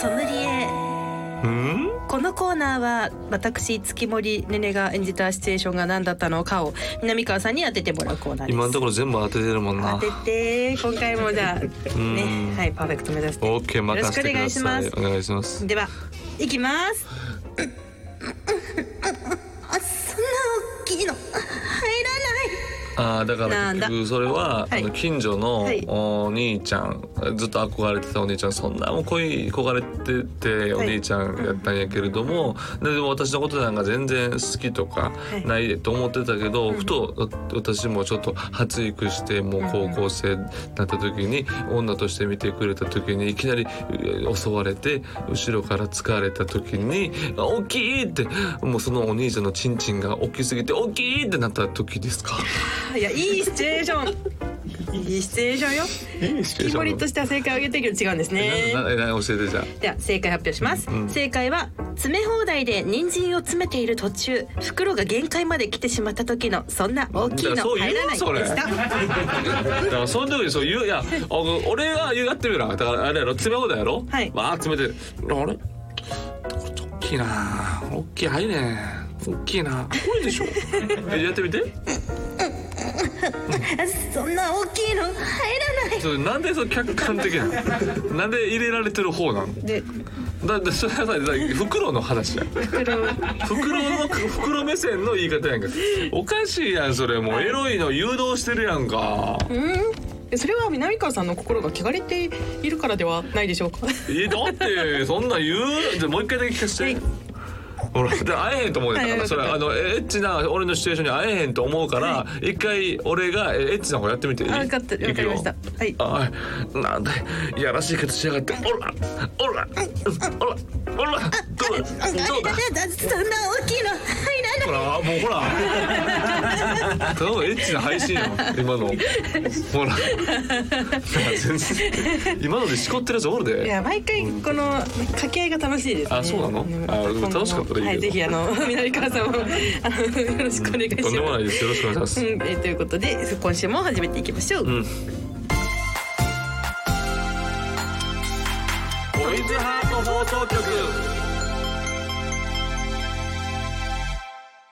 ソムリエうんこのコーナーは私月森ねねが演じたシチュエーションが何だったのかを南川さんに当ててもらうコーナーです今のところ全部当ててるもんな当てて今回もじゃあんねはいパーフェクト目指してオッケー任せてくださいよろしくお願いしますでは行きますあそんな大きいの入らああだからなんだ結局それは、はいあの近所のはいお兄ちゃん、ずっと憧れてたお兄ちゃんそんなもう恋焦がれてておはい兄ちゃんやったんやけれども、ででも私のことなんか全然好きとかいないと思ってたけど、ふと私もちょっと発育してもう高校生になった時に、女として見てくれた時にいきなりう襲われて後ろから突かれた時に「大きい!」ってもうそのお兄ちゃんのチンチンが大きすぎて「大きい!」ってなった時ですかないいやいいシチュエーションいいシチュエーションよ木彫りとしては正解をあげてるけど違うんですねななな教えてじゃあでは正解発表します、うん正解は詰め放題で人参を詰めている途中袋が限界まで来てしまった時のそんな大きいのいやそう言う入らないでそれしただからその時にそう言ういやあ俺が言うやってみるなだからあれやろ詰め放題やろはいわあ詰めてあれこれちょっと大きいな大きい入いね大きいなこれで しょえやってみてそんな大きいの入らないそれなんでその客観的なのなんで入れられてる方なのでだってそれはさだって袋の話やん袋袋の袋目線の言い方やんかおかしいやんそれもうエロいの誘導してるやんかそれは南川さんの心が汚れているからではないでしょうかえだってそんなん言うじゃあもう一回だけ聞かせて、ほらで会えへんと思うねんだから、はいそれあのエッチな俺のシチュエーションに会えへんと思うから一、回俺がえエッチな方やってみていいあ分かったい分くかりよましたはいあはいなんだいやらしいことしやがっておらおらおらおらどうだどうだそんな大きいの入らないほらもうほらただのエッチな配信やん今のほら全然今のでしこってるやつおるでいや毎回この掛け合いが楽しいですねあそうなのねあ今後も楽しかったらいいけどはいぜひ あの南川さんもあのよろしくお願いしますとんでもないですよろしくお願いします、うんうえーということで今週も始めていきましょう、んトイズハート放送局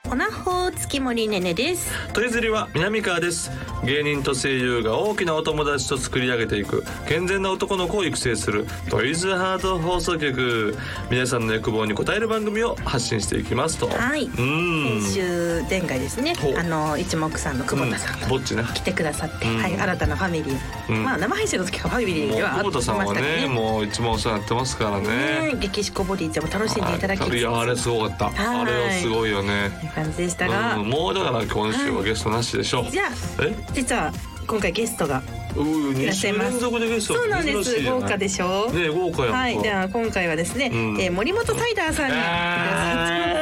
おなほ月森ねねですトイズリは南川です芸人と声優が大きなお友達と作り上げていく健全な男の子を育成するトイズハート放送局皆さんの欲望に応える番組を発信していきますとはいう先ん週前回ですねほうあの一目散の久保田さんうんがぼっちね来てくださって、うんはい、新たなファミリー、うんまあ生配信の時からファミリーもうではあ久りま保田したさんはけどねねもう一番お世話になってますからねね激しこボディちゃんも楽しんでいただきつついやあれすごかったはいあれはすごいよねいい感じでしたが、うん、もうだから今週はゲストなしでしょう、じゃあえ実は今回ゲストがうーい2らっしゃ週います連続でゲストそうなんです豪華でししょう、ねえ豪華やんかはいじゃあ今回はですね、うんえー森本サイダーさんに来て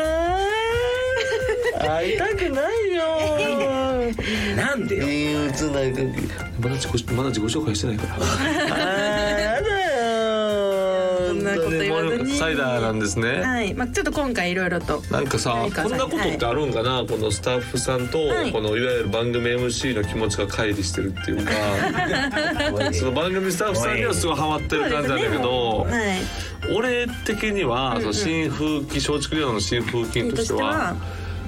くださ会いたくないよ なんでよ。憂鬱な空まだ自己まだ自己紹介してない からあーやだよ。そんなこと言わずにサイダーなんですね、はい、まあ、ちょっと今回いろいろとなんかさ何かこんなことってあるんかな、このスタッフさんと、はいこのいわゆる番組 MC の気持ちが乖離してるっていうかその番組スタッフさんにはすごいハマってる感じなんだけど、はい俺的には、その新風紀松竹芸能の新風紀としては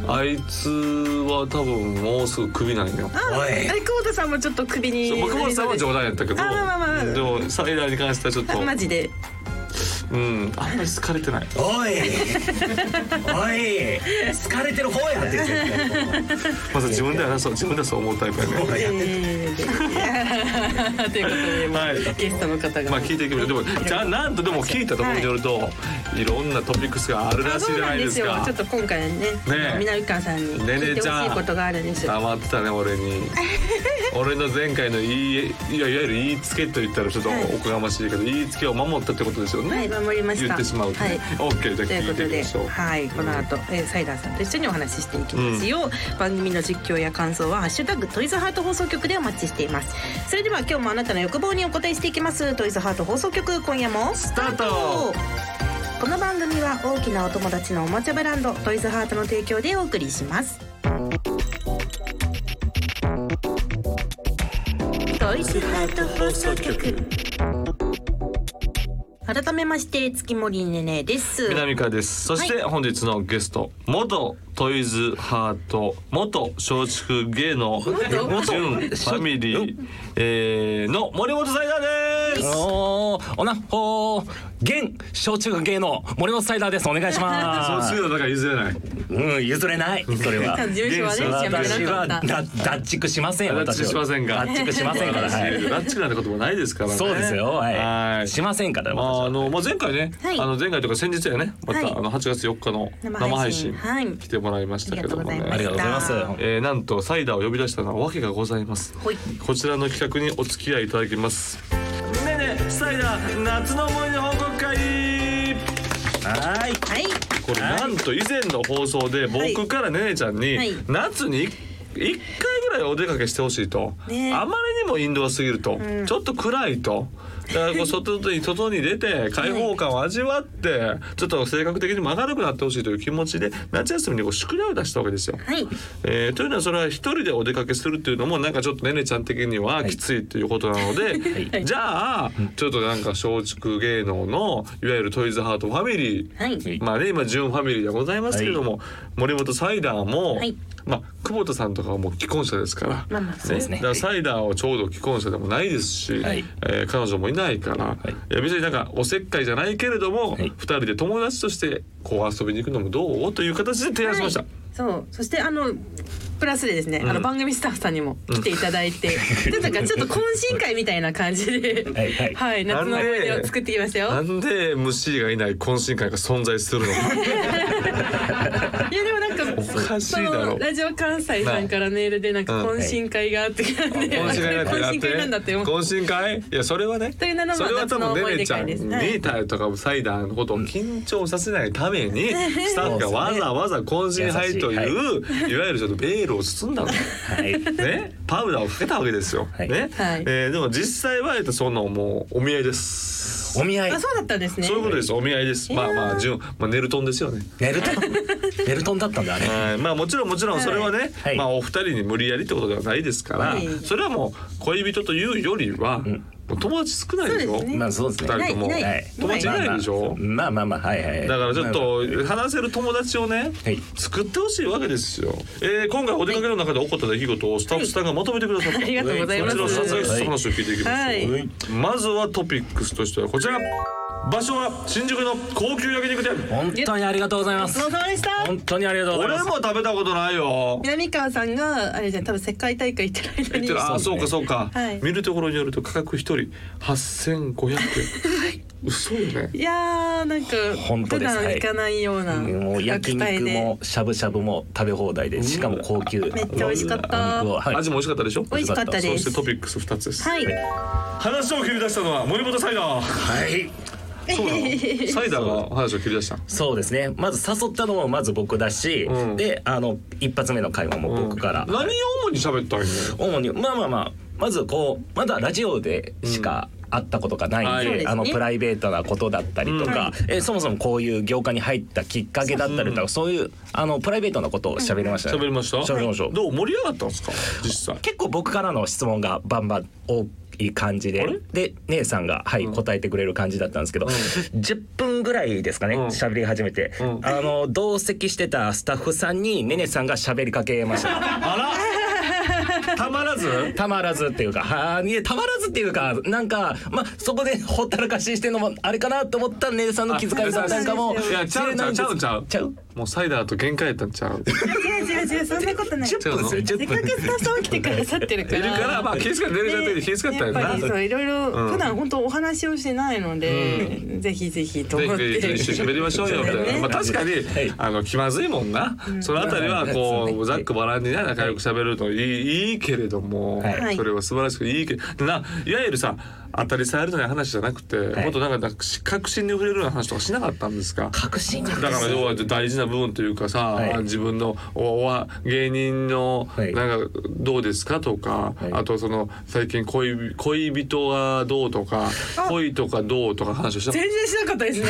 とあいつは多分もうすぐクビなんよ。あおいえ久保田さんもちょっと首に僕もさんは冗談やったけど、あまあまあまあでもサイダーに関してはちょっと、マジでうん、あんまり好かれてない。おい。おい。疲れてる方やって絶対。まず自分ではなそう自分ではそう思うタイプやね。おい やってということで、まはい。あ、ゲストの方が、まあ聞いていきましょう。でもじゃあなんとでも聞いたところによると、い、ろんなトピックスがあるらしいそうじゃななんいでですすよかちょ。っと今回ねえ南川さんにね聞いねてちほゃしいんことがあるんですよ黙ってたね俺に俺の前回の言いいやいわゆる言いつけと言ったらちょっとはいおこがましいけど、言いつけを守ったってことですよね、はい守りました言ってしまうと、はい OK じゃあとい聞ういこてといきで、ましょうはい、この後、えーサイダーさんと一緒にお話ししていきますよ、番組の実況や感想はハッシュタグトイズハート放送局でお待ちしていますそれでは今日もあなたの欲望にお答えしていきますトイズハート放送局今夜もスタートこの番組は大きなお友達のおもちゃブランドトイズハートの提供でお送りしますトイズハート放送局改めまして月森ねねです南川です。そして本日のゲスト、元トイズハート、元松竹芸能純ファミリー、えー、の森本サイダーです。おーおなっほー現小中芸能森本サイダーですお願いしそうますすぐだから譲れない。うん譲れないそれは事務所はね現在知私らはなだかった脱畜しませんよラッ私チはしませんが。脱畜しませ んから、はいラッチなんて言葉ないですからね。そうですよはい、はい。しませんからま私はああのまあ前回ね、はいあの前回とか先日やね、また、はいあの8月4日の生生配配信信はい来てもらいましたけどもね。ありがとうございましたありがとうございますえーなんとサイダーを呼び出したのは訳がございますほいこちらの企画にお付き合いいただきますねえねえサイダー夏の思い出報告会ははいいこれなんと以前の放送ではい僕からねねちゃんにはい夏に1回ぐらいお出かけしてほしいと、ねえあまりにもインドアすぎると、ちょっと暗いとだからこう外に外に 出て開放感を味わってちょっと性格的にも明るくなってほしいという気持ちで夏休みにこう宿題を出したわけですよ。はいえーというのはそれは一人でお出かけするっていうのもなんかちょっとねねちゃん的にはきついっていうことなので、 じゃあちょっとなんか松竹芸能のいわゆるトイズハートファミリー、はいまあね今純ファミリーではございますけれども、森本サイダーも、はいまあ久保田さんとかはもう既婚者ですから。まあまあそうですねだからサイダーはちょうど既婚者でもないですし、はいえー彼女もいないから、い、や別になんかおせっかいじゃないけれども、は二い人で友達としてこう遊びに行くのもどうという形で提案しました。はいそうそしてあのプラスでですね、あの番組スタッフさんにも来ていただいて、ちょっとなんかちょっと懇親会みたいな感じでははいはい夏の思い出を作ってきましたよなんで MC がいない懇親会が存在するのかいやでもなんかおかしいそだろのラジオ関西さんからメールでなんかうん懇親会があってなんで懇親会なんてだ懇っ親て会なんだって懇親会いやそれはねという名のそれは夏多分の思いねね出ちゃ会んでにすニはいータとかサイダーのことを緊張させないために スタッフがわざわざ懇親会といういわゆるちょっとベールを包んだの。はいね、パウダーをかけたわけですよ。はいね、はいえーでも実際はえっとそのもうお見合いです。お見合いあそうだったんですねそういうことです。お見合いです。まあまあ順、まあネルトンですよね。ネルトンネルトンだったんだあれはい、まあもちろんもちろんそれはね、はいまあお二人に無理やりってことではないですから、はいそれはもう恋人というよりは、もう友達少ないでしそょうですねまあそうですね二人ともいないいないはい友達いないでしょ、まあまあまあはいはいだからちょっと話せる友達をね、はい作ってほしいわけですよ、えー、今回お出かけの中で起こった出来事をスタッフさんがまとめてくださった、ありがとうございもまちすろん撮影室の話を聞いていきましょう、はいはいまずはトピックスとしてはこちら場所は新宿の高級焼肉店本当にありがとうございまごちすそうさまでした本当にありがとうござい俺ますも食べたことないよ南川さんがあれじゃん多分世界大会行ってる間言っにてるああそそううでかすそうか、はい見るところによると価格一人8500円嘘よねいやーなんか本当普です段行かないようなもう焼額帯肉でもしゃぶしゃぶも食べ放題でしかも高級めめっちゃ美味しかった肉をはい味も美味しかったでしょ美味しかったそでしすてトピックス二つです、はい話を切り出したのは森本サイダーはいそうなのサイダーが話を切り出したそうですねまず誘ったのもまず僕だし、うんであの一発目の会話も僕から、何を主に喋ったんや主にまあまあまあまずこうまだラジオでしか会ったことがないんで、はいあそうのですねプライベートなことだったりとか、えそもそもこういう業界に入ったきっかけだったりとか、そういうあのプライベートなことを喋りましたね喋りました喋りましょうどう盛り上がったんですか実際結構僕からの質問がバンバン多い感じあでれで姉さんが、はい答えてくれる感じだったんですけど、10分ぐらいですかねうん喋、り始めて、んあの同席してたスタッフさんにねねさんが喋りかけました。あら たまらずたまらずっていうかはいやたまらずっていうかなんかまあそこで ほったらかししてるのもあれかなと思った姉さんの気遣いさんなんかもいやちゃうちゃうちゃうちゃうちゃうもうサイダーと限界やったんち ゃうい違う違う違うそんなことないせっ10分ですよ10か分くスタッフさんが来てくださってるからるからまあ気遣って寝れちゃって気遣ったやよっぱなりそういろいろ普段本当お話をしてないので、ぜひぜひと思っぜてひぜひ一緒に喋りましょうよみたいな、ねまあ、確かに、いあの気まずいもんな、そのあたりはこう、はいざっくばらんにね仲良く喋るといい,、い、いけれども、はいそれは素晴らしくいいけどないわゆるさ当たり障りのない話じゃなくて、いもっとなんか確信に触れるような話とかしなかったんですか確信がだから要は大事な部分というかさ、はい自分のおお芸人のはいなんかどうですかとか、はいあとその最近恋恋人がどうとか恋とかどうとか話をした全然しなかったですね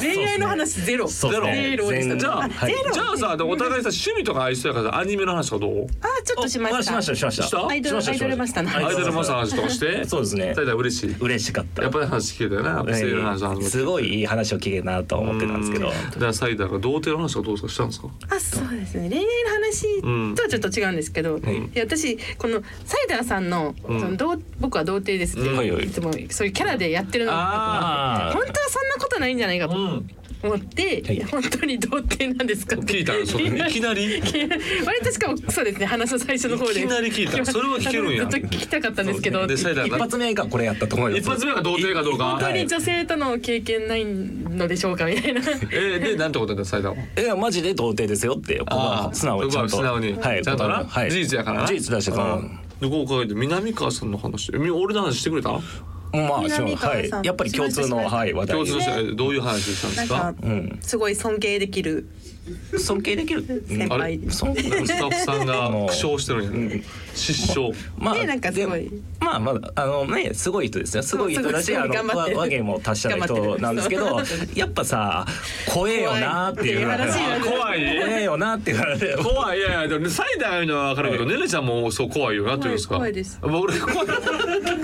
恋愛の話ゼロそうゼロゼロでした全じゃあ、はいじゃあさでもお互いさ趣味とか相性やからさアニメの話とかどうあちょっとしまあししたましたしましたしたアイドルしアましイドルマスターの話アイドルマスターの話とかしてそうですね大体嬉しい嬉しかったやっぱり話聞けたよな、はい声優の話の話もすごいいい話を聞けたなと思ってたんですけどうだからサイダーが童貞の話とかどうですかしたんですかあそうですね恋愛の話とはちょっと違うんですけど、いや私このサイダーさんの,、んそのどう僕は童貞ですって、うんはいはいいつもそういうキャラでやってるのかとあ本当はそんなことないんじゃないかとうん思って、はい本当に童貞なんですかって聞いたの それいきなり 割としかもそうですね話の最初の方でいきなり聞いたそれは聞けるんやずっと聞きたかったんですけど、そうねで一サイダーが発目がこれやったと思います一発目が童貞かどう本当かに女性との経験ないのでしょうかみたいなえー、でなんてことだったサイダーはえマジで童貞ですよってここあはあ素直にちゃんとそこは素直に、はいちゃんとな、はい事実やからな事実出してたうんでこう考えて南川さんの話えみ俺の話してくれたまあし南は川いさんやっぱり共通しましのたはい話題共通して、えどういう話したんでなすんかかんすごい尊敬できる尊敬できる先あれ輩尊敬スタッフさんが苦笑してるんやね失笑まあねなんかすごいでまあまああのねすごい人ですよすごい人だしそうあすごいすごい頑の張わってる和芸も達者な人なんですけど頑張やっぱさ怖えよなっていう怖いっていう話あ怖い怖えよなって言われて怖いいやいやでもサイダーいうのは分かるけど、はねねちゃんもそう怖いよなっていうんですか怖い怖いですあ俺怖い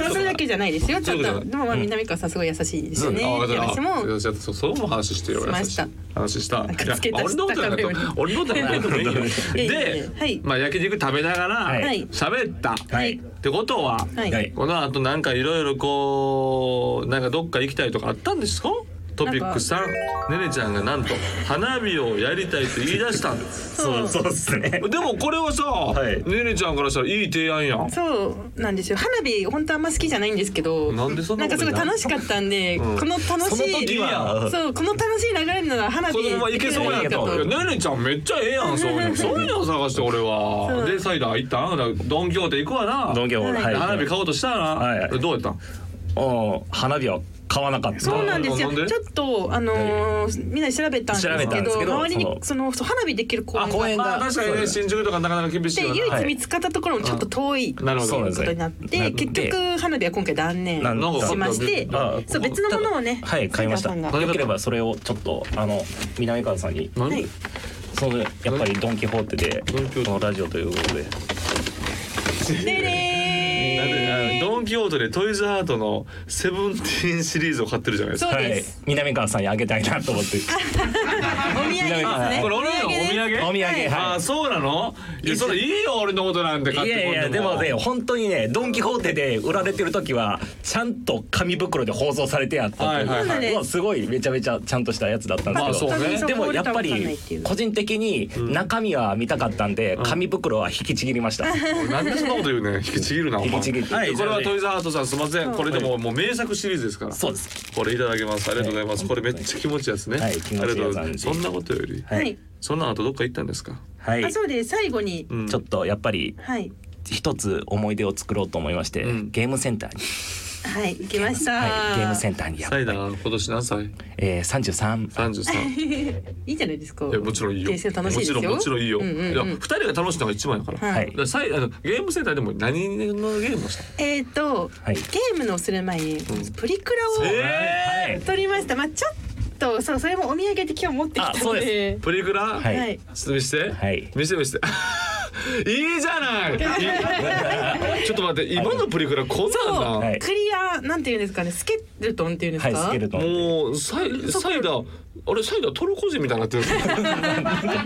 それだけじゃないですよちょっそういうこととでじゃないもまあ南川さんすごい優しいですよね、あ分かった私もよしやったそうそれも話してよしました優しい話したんかいや付けまあ足し俺のことなんかたかのように俺のことなんかどうで もいいよいやいやいやはでいまあ焼肉食べながらはい喋ったはいってことははいはいこの後なんかいろいろこうなんかどっか行きたいとかあったんですかトピックさんねねちゃんがなんと花火をやりたいと言い出したんですそうそうですねでもこれはさ、いねねちゃんからしたらいい提案やんそうなんですよ花火本当あんま好きじゃないんですけどなんでそんななんことかすごい楽しかったんで、この楽そのしい時はそうこの楽しい流れなら花火このままいけそうやんできないかと。とねねちゃんめっちゃええ やんそういうの。そういうの探して俺は。そうでサイダー行ったんだからドンキョーテ行くわな。ドンキョーはい花火買おうとしたらはな。いどうやったん？うん花火は買わなかったそうなんですよなんでちょっとあのーみんなで調べたんです調べたけんですどけど周りにそそのそう花火できる公園あ公園がまあだ確かにそうねだ新宿とかなかなか厳しいでよ唯な。一見つかったところもちょっと遠いなるほそどうな。んこですとになっはてい結局花火は今回断念なんなんかしましてああそう別のものをねはい買いましたサイダーさんがよければそれをちょっとあの南川さんに何はいそのやっぱりドン・キホーテでドンキホーテこのラジオということででなんでねあのドンキョーテでトイズハートのセブンティーンシリーズを買ってるじゃないですか。そうはでいす、南川さんにあげたいなと思ってお土産ですねあこれ俺のおです土産。お土産はいあーそうなの？いやそれいいよ俺のことなんて買っいてやこんいやでもね本当にねドン・キホーテで売られてる時はちゃんと紙袋で包装されてあったというはいはいはいもうすごいめちゃめちゃちゃんとしたやつだったんですけまあどそうねでもやっぱり個人的に中身は見たかったんで紙袋は引きちぎりましたなんでそんなこと言うねん引きちぎるなお前引きちぎってはいこれはトイズハートさんすいませんこれでももう名作シリーズですからそうですこれいただきますありがとうございますこれめっちゃ気持ちいいやつねはい気持ちいいやつなあんでりがとうございますそんなことよりはいそんなのとどっか行ったんですかはいあそうです最後にうんちょっとやっぱりはい一つ思い出を作ろうと思いましてうんゲームセンターにはい行きました、はいゲームセンターにやっサイダー今年何歳えー33 33いいじゃないですかいやもちろんいいよゲーセン楽しいですよもちろんもちろんいいよ、うんうんうんいや2人が楽しいのが一番やから、はいはいだからサイあのゲームセンターでも何のゲームをしたえっ、ー、と、はいゲームのをする前に、んプリクラをはい撮りました。まあちょっとそうそれもお土産で今日持ってきたあそのうでで。プリクラ、はいはい。見して、はい見して見して いいじゃないいいちょっと待って今のプリクラこんなんな、そう、はいクリアなんていうんですかねスケルトンっていうんですはか。いスケルトンもうサイサイダーあれサイダートルコ人みたいになって る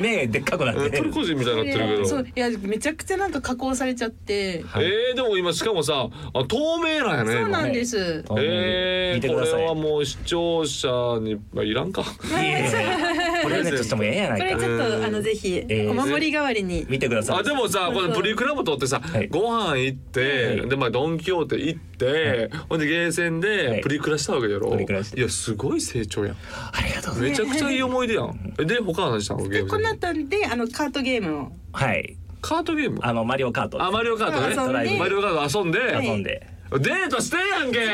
ねでっかくなってトルコ人みたいになってるけそどういやめちゃくちゃなんか加工されちゃって。はいえー、でも今しかもさあ透明なんやねそうな今んです。え見てー、くこださいれはもう視聴者に、まあ、いらんかいやいやこれねちょっともうええやないこれかちょっとあのぜひえーお守り代わりに。見てくださいあでもさこのプリクラも取ってさ、はいご飯行って、はいでまあドン・キホーテ行って、ほんでゲーセンはでいプリクラしたわけやろ、プい、リクラしてやすごい成長やんありがとうござめいますちゃくちゃいい思い出やんえで他は何したのゲームこので後であのカートゲームをはいカートゲームあのマリオカートあマリオカートね遊んでマリオカート遊んで、遊んでデートしてやん け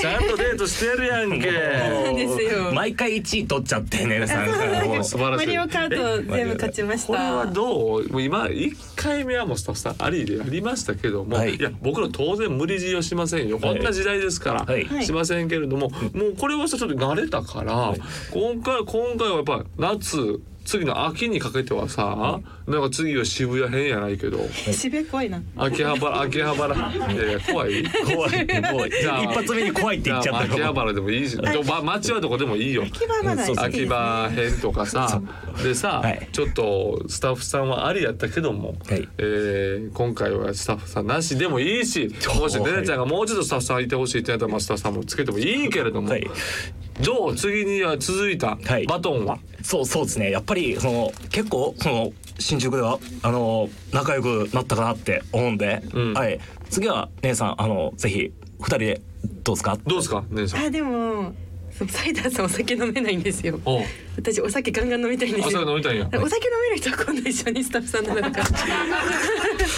ちゃんとデートしてるやんけなんですよ毎回1位取っちゃってねるさんから もう素晴らマしいリオカート全部勝ちましたこれはどうもう今一回目はもうスタッフさんありでやりましたけども、はいい、や僕ら当然無理強いはしませんよこんな時代ですから、はいしませんけれども、もうこれはちょっと慣れたから、今回今回はやっぱ夏次の秋にかけてはさ、なんか次は渋谷編やないけど渋谷怖いな秋葉原秋葉原いやいや怖い怖い怖いじゃあ一発目に怖いっじて言ゃっちゃあった秋葉かも原でもいいし、どま、街はどこでもいいよ秋葉原うんそうそう秋葉編とかさでさ、はいちょっとスタッフさんはありやったけども、はいえー今回はスタッフさんなしでもいいしもしねねちゃんがもうちょっとスタッフさんいてほしいってなったらまあスタッフさんもつけてもいいけれども、はいどう次には続いたはいバトンは、そうそうですねやっぱりその結構その新宿ではあの仲良くなったかなって思うんで、うんはい次は姉さんあのぜひ二人でどうですかどうですか姉さん。あでもそうサイダーさんお酒飲めないんですよおう私お酒ガンガン飲みたいんでおす酒よ飲みたいんや。お酒飲める人は今度一緒にスタッフさんとなんか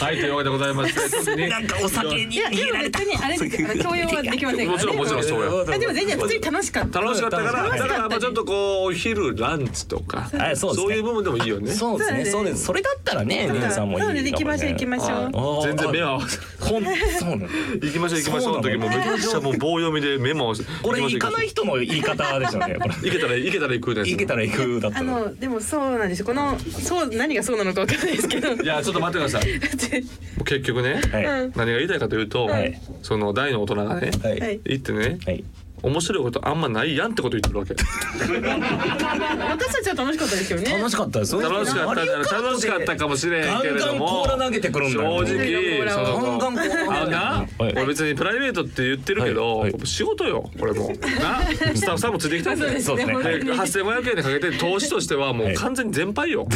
はいというわけでございま して、ねなんかお酒にいやいや別にあれですよあの強要はできませんからもちろんもちろんそうよ。あでも全然普通に楽しかった楽しかったから、楽しかっただねからまあちょっとこうお昼ランチとか、はいそうですねそういう部分でもいいよね。そうですねそうですそれだったらね姉さんもいいなので行きましょう行きましょうあー全然目合わせない。ほんそうなの行きましょう行きましょうのそう時なものうめちゃくちゃもう棒読みでメモをしてこれ行かない行人の言い方ですよねこきまれしょう行けたら行けたら行くです行けたら行くだったあらのでもそうなんですよこのそう何がそうなのかわかんないですけどいやちょっと待ってくださいもだってう結局ねはいは何が言いたいかというと、はいその大の大人がね、いはい行ってねはい面白いことあんまないやんってこと言ってるわけ私たちは楽しかったですよね楽しかったですよ楽しかったんじゃない楽しかったかもしれんけれどもガンガン甲羅投げてくるんだよ正直そガのンガンこうあのな、はい俺別にプライベートって言ってるけど、はいはい仕事よこれもうなスタッフさんもついてきたんだよそうですね本当でに8500円でかけて投資としてはもう完全に全敗よ。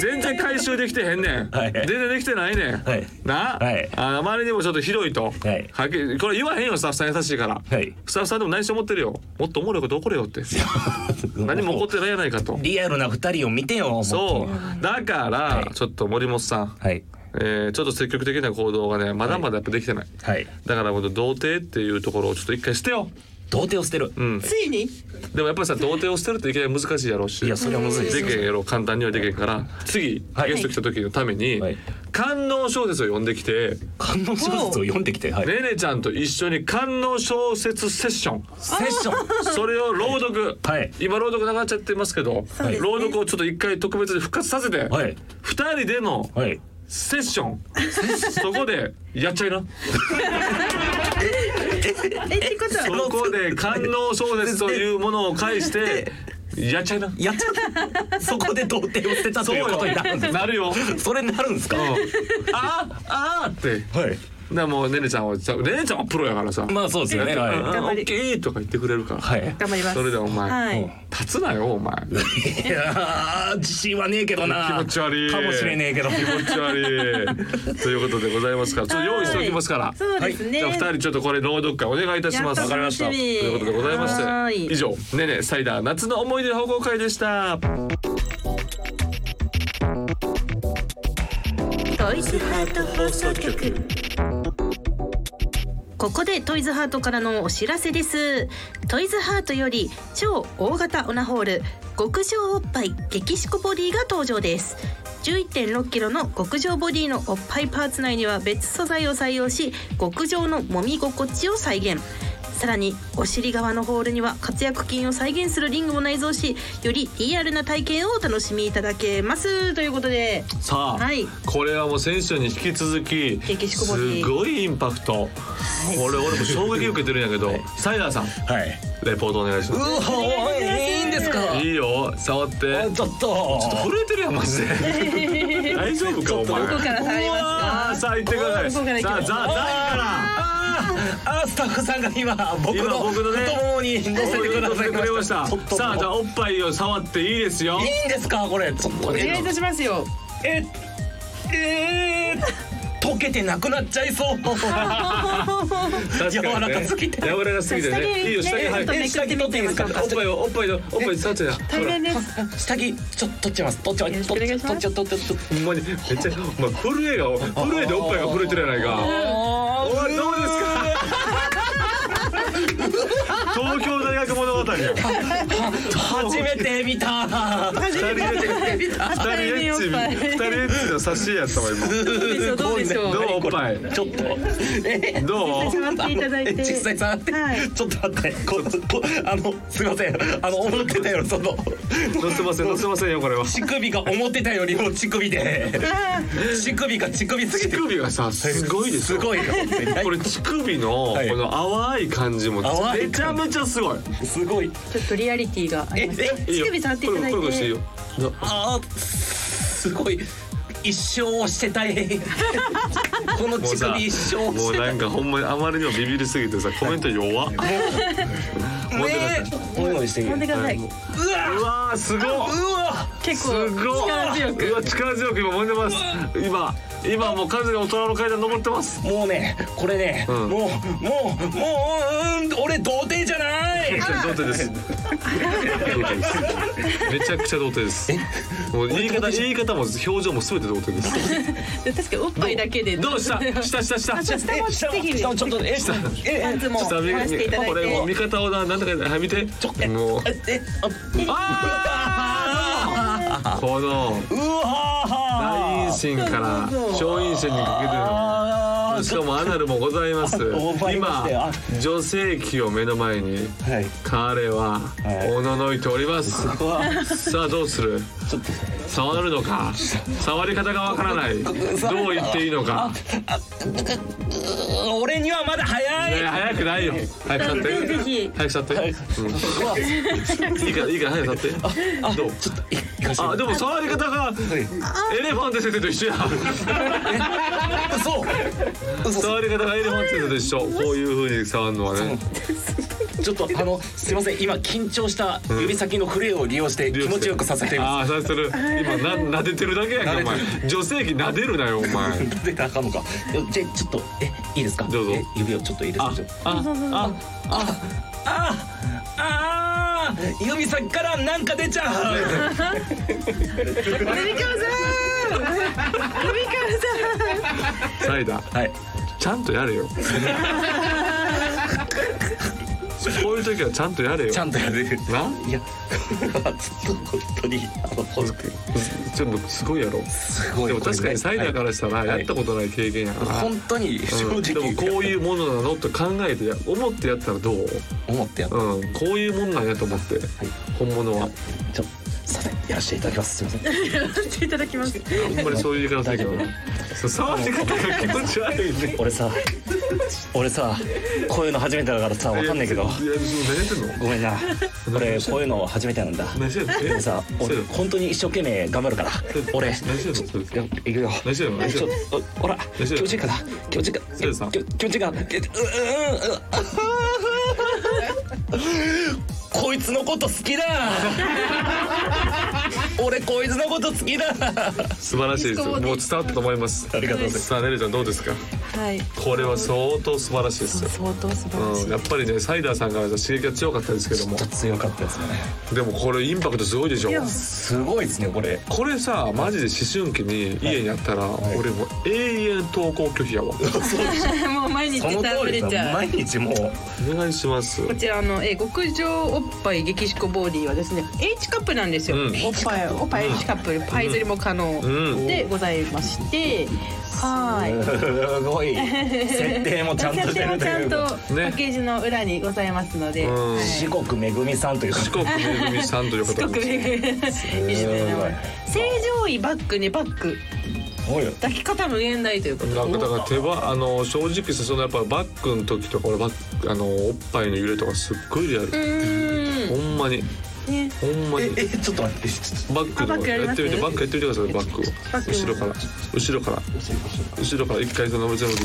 全然回収できてへんねん。はい全然できてないねん。はいな、はいああまりにもちょっとひどいと。はいはっきりこれ言わへんよスタッフさん優しいから。はいスタッフさんでも内緒思ってるよ。もっとおもろいこと起これよって。 何も起こってないやないかと。リアルな二人を見てよもっとそうだから、はいちょっと森本さん、はいえーちょっと積極的な行動がねまだまだやっぱできてない。はいだからこの童貞っていうところをちょっと一回してよ。童貞を捨てるうん。ついにでもやっぱりさ童貞を捨てるっていきなり難しいやろうしいやそれはむずいですでけへんやろ簡単にはでけへんから次ゲスト来た時のためにはい官能小説を読んできて観音小説を読んできてはいねねちゃんと一緒に官能小説セッションセッションそれを朗読、はい今朗読流れちゃってますけど、うですね朗読をちょっと一回特別に復活させて、はい二人でのはいセッション、そこでやっちゃいなえってことはそこで官能小説というものを介 してやっちゃいなやっちゃ ったそこで童貞を捨てたということになるんですなるよ それになるんですかはうんあーあーっていなもうねねちゃんはさねねちゃんはプロやからさまあそうですよねうんはうんオ張りッケーとか言ってくれるから、いはい頑張りますそれでお前、はい立つなよお前気いやー自信はねえけどな気持ち悪いかもしれねえけど持ち悪いということでございますからちょっと用意しておきますから、そうですねじゃあ二人ちょっとこれ朗読会お願いいたしますやった楽しみということでございまはーしいて以上ねねサイダー夏の思い出報告会でしたトイズハート放送局ここでトイズハートからのお知らせですトイズハートより超大型オナホール極上おっぱい激しこボディが登場です11.6キロの極上ボディのおっぱいパーツ内には別素材を採用し極上の揉み心地を再現さらにお尻側のホールには活躍筋を再現するリングを内蔵しよりリアルな体験をお楽しみいただけますということでさあ、はいこれはもう先週に引き続き激しこぼりすごいインパクト、これ俺も衝撃受けてるんやけど、サイダーさんはいレポートお願いしまうおいいんですかすいいよ触ってあちょっと震えてるやんマ ジで大丈夫かお前どこから触りますかああさあ行ってくださいどこから行きさまあザすザからあスタッフさんが今僕今の僕のね太ももに乗せてくださいくれましたちょっとさあじゃあおっぱいを触っていいですよいいんですかこれちょっとお願いいたしますよええー溶けてなくなっちゃいそう 確かにね柔らかすぎて柔らかすぎて下ね着いいよ下着ね入ちょっっとめてくってみてみましょうかおっぱいをおっぱいのおっぱい触ってた大ほら変です下着ちょっと取っちゃいます取っちゃいますよろしくお取っ願いしますちゃう取っちゃう取っちゃう ほんまにめっちゃお前震えが震えでおっぱいが震えてるやないかお前どうです か東京大学物語や初めて見た二人エッチ二人エッチ二人エッチの差し絵やったわ今どうでし ょうどうおっぱいちょっとえど う触っていただいてえ実際さんって、はいちょっと待ってここあのすいませんあの思ってたよりその乗せません乗せませんよこれは乳首が思ってたよりも乳首で乳首が乳首すぎ乳て首がさすごいですすよごいよこれ乳首のこいの淡い感じも淡めい感じちゃめちゃすごいすごいちょっとリアリティがありえますいえいよ乳首触っていただいてこれこれしていいよなあーすごい一生をしてたい このもう乳さ首一生をもしうてたないんかほんまにあまりにもビビりすぎてさコメント弱っもうちょっと待ってうして揉んでくださいうわーすごっうわ結す構力ごっ強くうわ力強く今揉んでます今今もう完全に大人の階段登ってますもうねこれね、んもうもうもう、うん、俺童貞じゃない童貞です童貞ですめちゃくちゃ童貞ですもう言い方言い方も表情も全て童貞です確かにおっぱいだけでどうした下下下下下もぜひえ下をちょ っとええパンツも下見回していただいこれもうて味方をななんだかはい見てえもうええあああこのうわ大陰唇から小陰唇にかけてのあーしかもアナルもございますおございま今すよあ女性器を目の前にはい彼はおののいておりますうわさあどうするちょっと触るのか触り方がわからないどう言っていいのか 俺にはまだい早いや早くないよ早く触ってぜひ早く触って、うん、いいからいいから早く触ってどうちょっとい行かせてあでも触り方がエレファンテ先生と一緒や嘘触り方がエレファンテ先生と一緒こういう風に触るのはねちょっとあのすいません今緊張した指先のフレを利用して気持ちよくさせていますああさする今な撫でてるだけやんかお前女性器撫でるなよお前出たらあかんのかじゃちょっとえいいですかどうぞえ指をちょっといいですかああああー指先からなんか出ちゃうサイダーはいちゃんとやれよこういう時はちゃんとやれよちゃんとやるないや ちょっと本当にあの本当にちょっとすごいやろすごいでも確かにサイダーからしたらいやったことない経験やから、本当に正うんでも直こういうものなのって考えてや思ってやったらどう、思ってやったうん、こういうもんなんやと思って、本物はちょっとさてやらせていただきますすいませんしていただきますあんまりそういう言い方だけどそう触り方が気持ち悪いね俺さ俺さこういうの初めてだからさわかんないけどいやいや何やってんのごめんな俺こういうの初めてなんだ何してんのでもさそう俺よ本当に一生懸命頑張るから俺何してんのそれいや行くよ何してんの何しちてょんのおほら気大丈夫持ちいいから気持ちいいかそうですら気気持ちいいからえうううこいつのこと好きだ俺こいつのこと好きだ素晴らしいですよもう伝わったと思いますありがとうございますさあねるちゃんどうですかはいこれは相当素晴らしいですよ相当素晴らしうん、やっぱりねサイダーさんから刺激が強かったですけども強かったですねでもこれインパクトすごいでしょすごいですねこれこれさマジで思春期に家にあったら、俺もう永遠投稿拒否やわいもう毎日その食通べりれちだゃう毎日もうお願いしますこちらあの、えー極上おっぱい激しこボディはですね H カップなんですよ、うんおっぱいおっぱい H カップ、パイ釣りも可能うんでございまして、はーいすごい設定もちゃんと設して定もるとちゃいんうとパねッケージの裏にございますので、うんはい、四国めぐみさんという四国めぐみさんという方すごくですいいですね名前正常位バックにバックおいよ抱き方無限大ということなんかだから手はあの正直さそのやっぱバックの時とか俺バックあのおっぱいの揺れとかすっごいリアル、うーんほんまにねほんまにええちょっと待ってちょっバックあバとッかクやりやまっすてみてバックやってみてくださいバックをバック後ろから後ろから後ろから一回その全部ちょ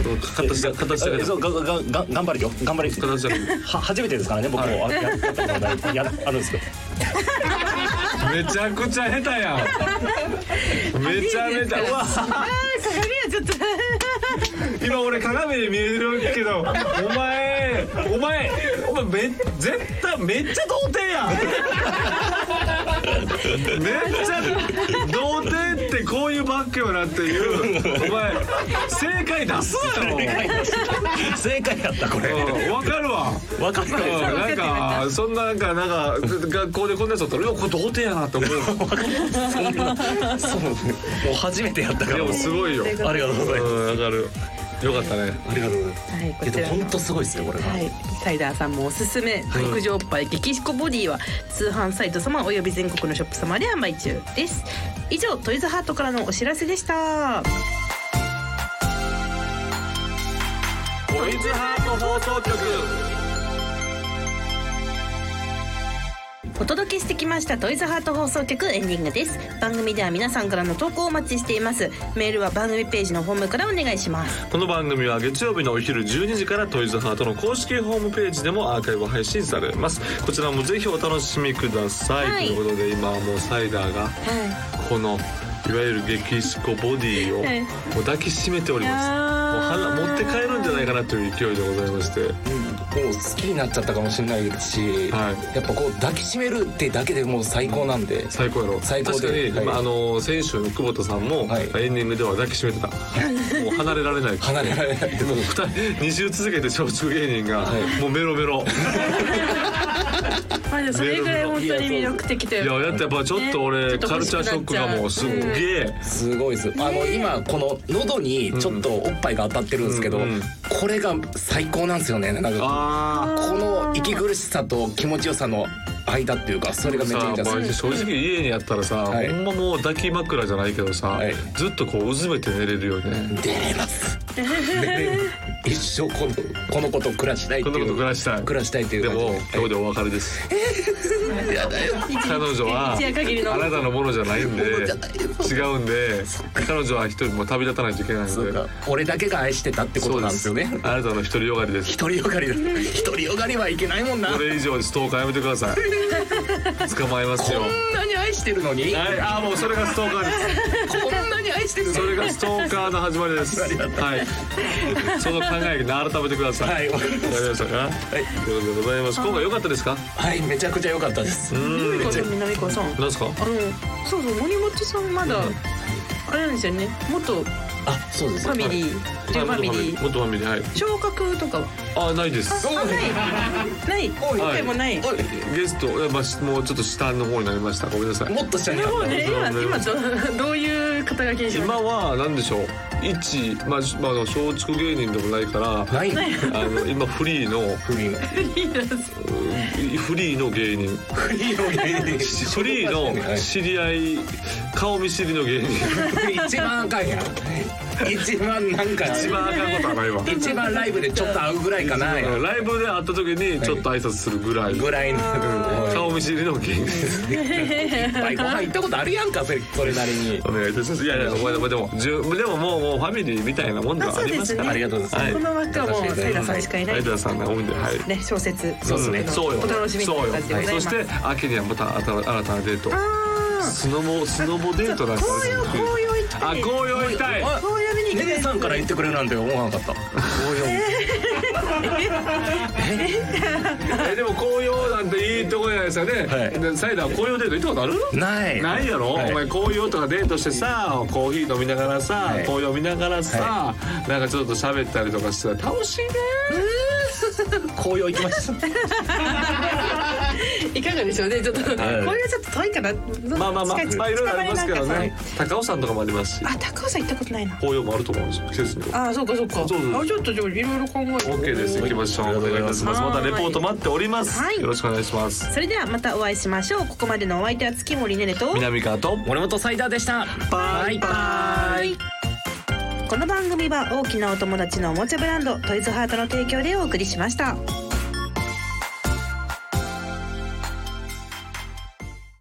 っと形だと形だえけそうがががが頑張るよ頑張る形だけは初めてですからね僕もあややったことないやあるんですけどめちゃくちゃ下手やんめちゃめちゃうわあー鏡はちょ今俺鏡で見えるけどお前お前お前め絶対めっちゃ童貞やんめっちゃ童貞ってこういうバッグよなっていうお前正解出すなよ正解やったこれうんわかるわ分かっうたんなんかそんななんかなんか学校でこんなやつおったらうわこれ童貞やなって思うそうもう初めてやったかでらもすごいよというこありがとうございますうんわかるよかったねありがとうございますとではいこけちどらの本当すごいですよこれははい、サイダーさんもおすすめ極上おっぱい激しこボディは通販サイト様および全国のショップ様で販売中です以上トイズハートからのお知らせでしたトイズハート放送局お届けしてきましたトイズハート放送局エンディングです番組では皆さんからの投稿をお待ちしていますメールは番組ページのホームからお願いしますこの番組は月曜日のお昼12時からトイズハートの公式ホームページでもアーカイブ配信されますこちらもぜひお楽しみください、はいということで今はもうサイダーがこのいわゆる激しこボディをはいもう抱きしめておりますもう花持って帰るんじゃないかなという勢いでございましてもう好きになっちゃったかもしれないですし、はやっぱこう抱きしめるってだけでもう最高なんで、最高やろ最高確かにで、はいまああの先週の久保田さんも、はエいンディングでは抱きし めてたもう離れられない離れられないもう二人2週続けて小中芸人が、はいもうメロメロまあでもそれぐらい本当に魅力的といいやうかだってやっぱちょっと俺、ねちょっとカル欲しチくャなっちーシゃうョックがもうすっげえ、すごいです。あの今この喉にちょっとおっぱいが当たってるんですけど、うんうんこれが最高なんですよね。なんかあこの息苦しさと気持ちよさの間っていうか、それがあめちゃさめちあゃま好あき。正直家にあったらさ、はいほんまもう抱き枕じゃないけどさ、はいずっとこううずめて寝れるよね出れます。出れ一生このこの子と暮らしたいってこんないう。こと暮らしたい暮らしたいっていうで感じもで今日でお別れです彼女は一夜限りのあなたのものじゃないんでものじゃない違うんで彼女は一人もう旅立たないといけないんでそうか俺だけが愛してたってことなんですよねそう。あなたの独りよがりです独りよがりだ。独りよがりはいけないもんな。ここれ以上ストーカーやめてください捕まえますよんなに愛してるの に、はい、あーもうそれがストーカーですこんなに愛してるそのれに。がストーカーの始まりですはいその考えが改めてくださいはい、わかりまわかしりましたか、はい、ということでございます今回良かったですかたはい、めちゃくちゃ良かったです。うん南子さん南子さん何ですかあのそうそう森本さんまだ、あれなんですよね元フあ、そうです。ァミリーデュファミリーもっとファミリーはい昇格とかはあーないですない一おい回もないおいゲストえまあもうちょっと下の方になりましたごめんなさいもっと下にあっでたもね今そう今どどういう肩書きにします今は何でしょう一まあ、まあ、松竹芸人でもないからないあの今フリーのフリーのうんフリーの芸人フリーの芸人フリーはのい知り合い顔見知りの芸人一番あかんやん一番なんか一番あかんことはないわ一番ライブでちょっと会うぐらいかなライブで会った時にちょっと挨拶するぐらいぐらいの顔見知りの芸人いっぱいご飯行ったことあるやんかそれそれなりにお願いいたしますいやいやお前でもでも十でももうもうファミリーみたいなもんではありますからありがとうございますこの枠はもうはいサイダさんしかいない相田さんが多いんではいね小説そうですねそうよお楽しみにそうよさせてもらいそますして秋にはまた新た新たなデートスノボスノボデートなんですよ紅葉紅葉行あって紅葉行きたいあ紅葉見に行ねきたねいさんから言ってくれるなんて思わなかったえでも紅葉なんていいとこじゃないですかね、はいでサイダー紅葉デート行ったことあるないないやろ、はいお前紅葉とかデートしてさコーヒー飲みながらさ、はい紅葉見ながらさ、なんかちょっと喋ったりとかしてたら楽しいね紅葉行きま したいかがでしょうねちょっと紅葉ちょっと遠いからまあまあまあ、まあいろいろありますけどね高尾山とかもありますしあ高尾さん行ったことないな紅葉もあると思うんですよ季節によああそうかそうかあそうそうちょっとじゃあいろいろ考えて OK です行きましょうお願いいたしますまたレポート待っております、はいよろしくお願いしますそれではまたお会いしましょうここまでのお相手は月森ねねと南川と森本サイダーでしたバイバイこの番組は大きなお友達のおもちゃブランドトイズハートの提供でお送りしました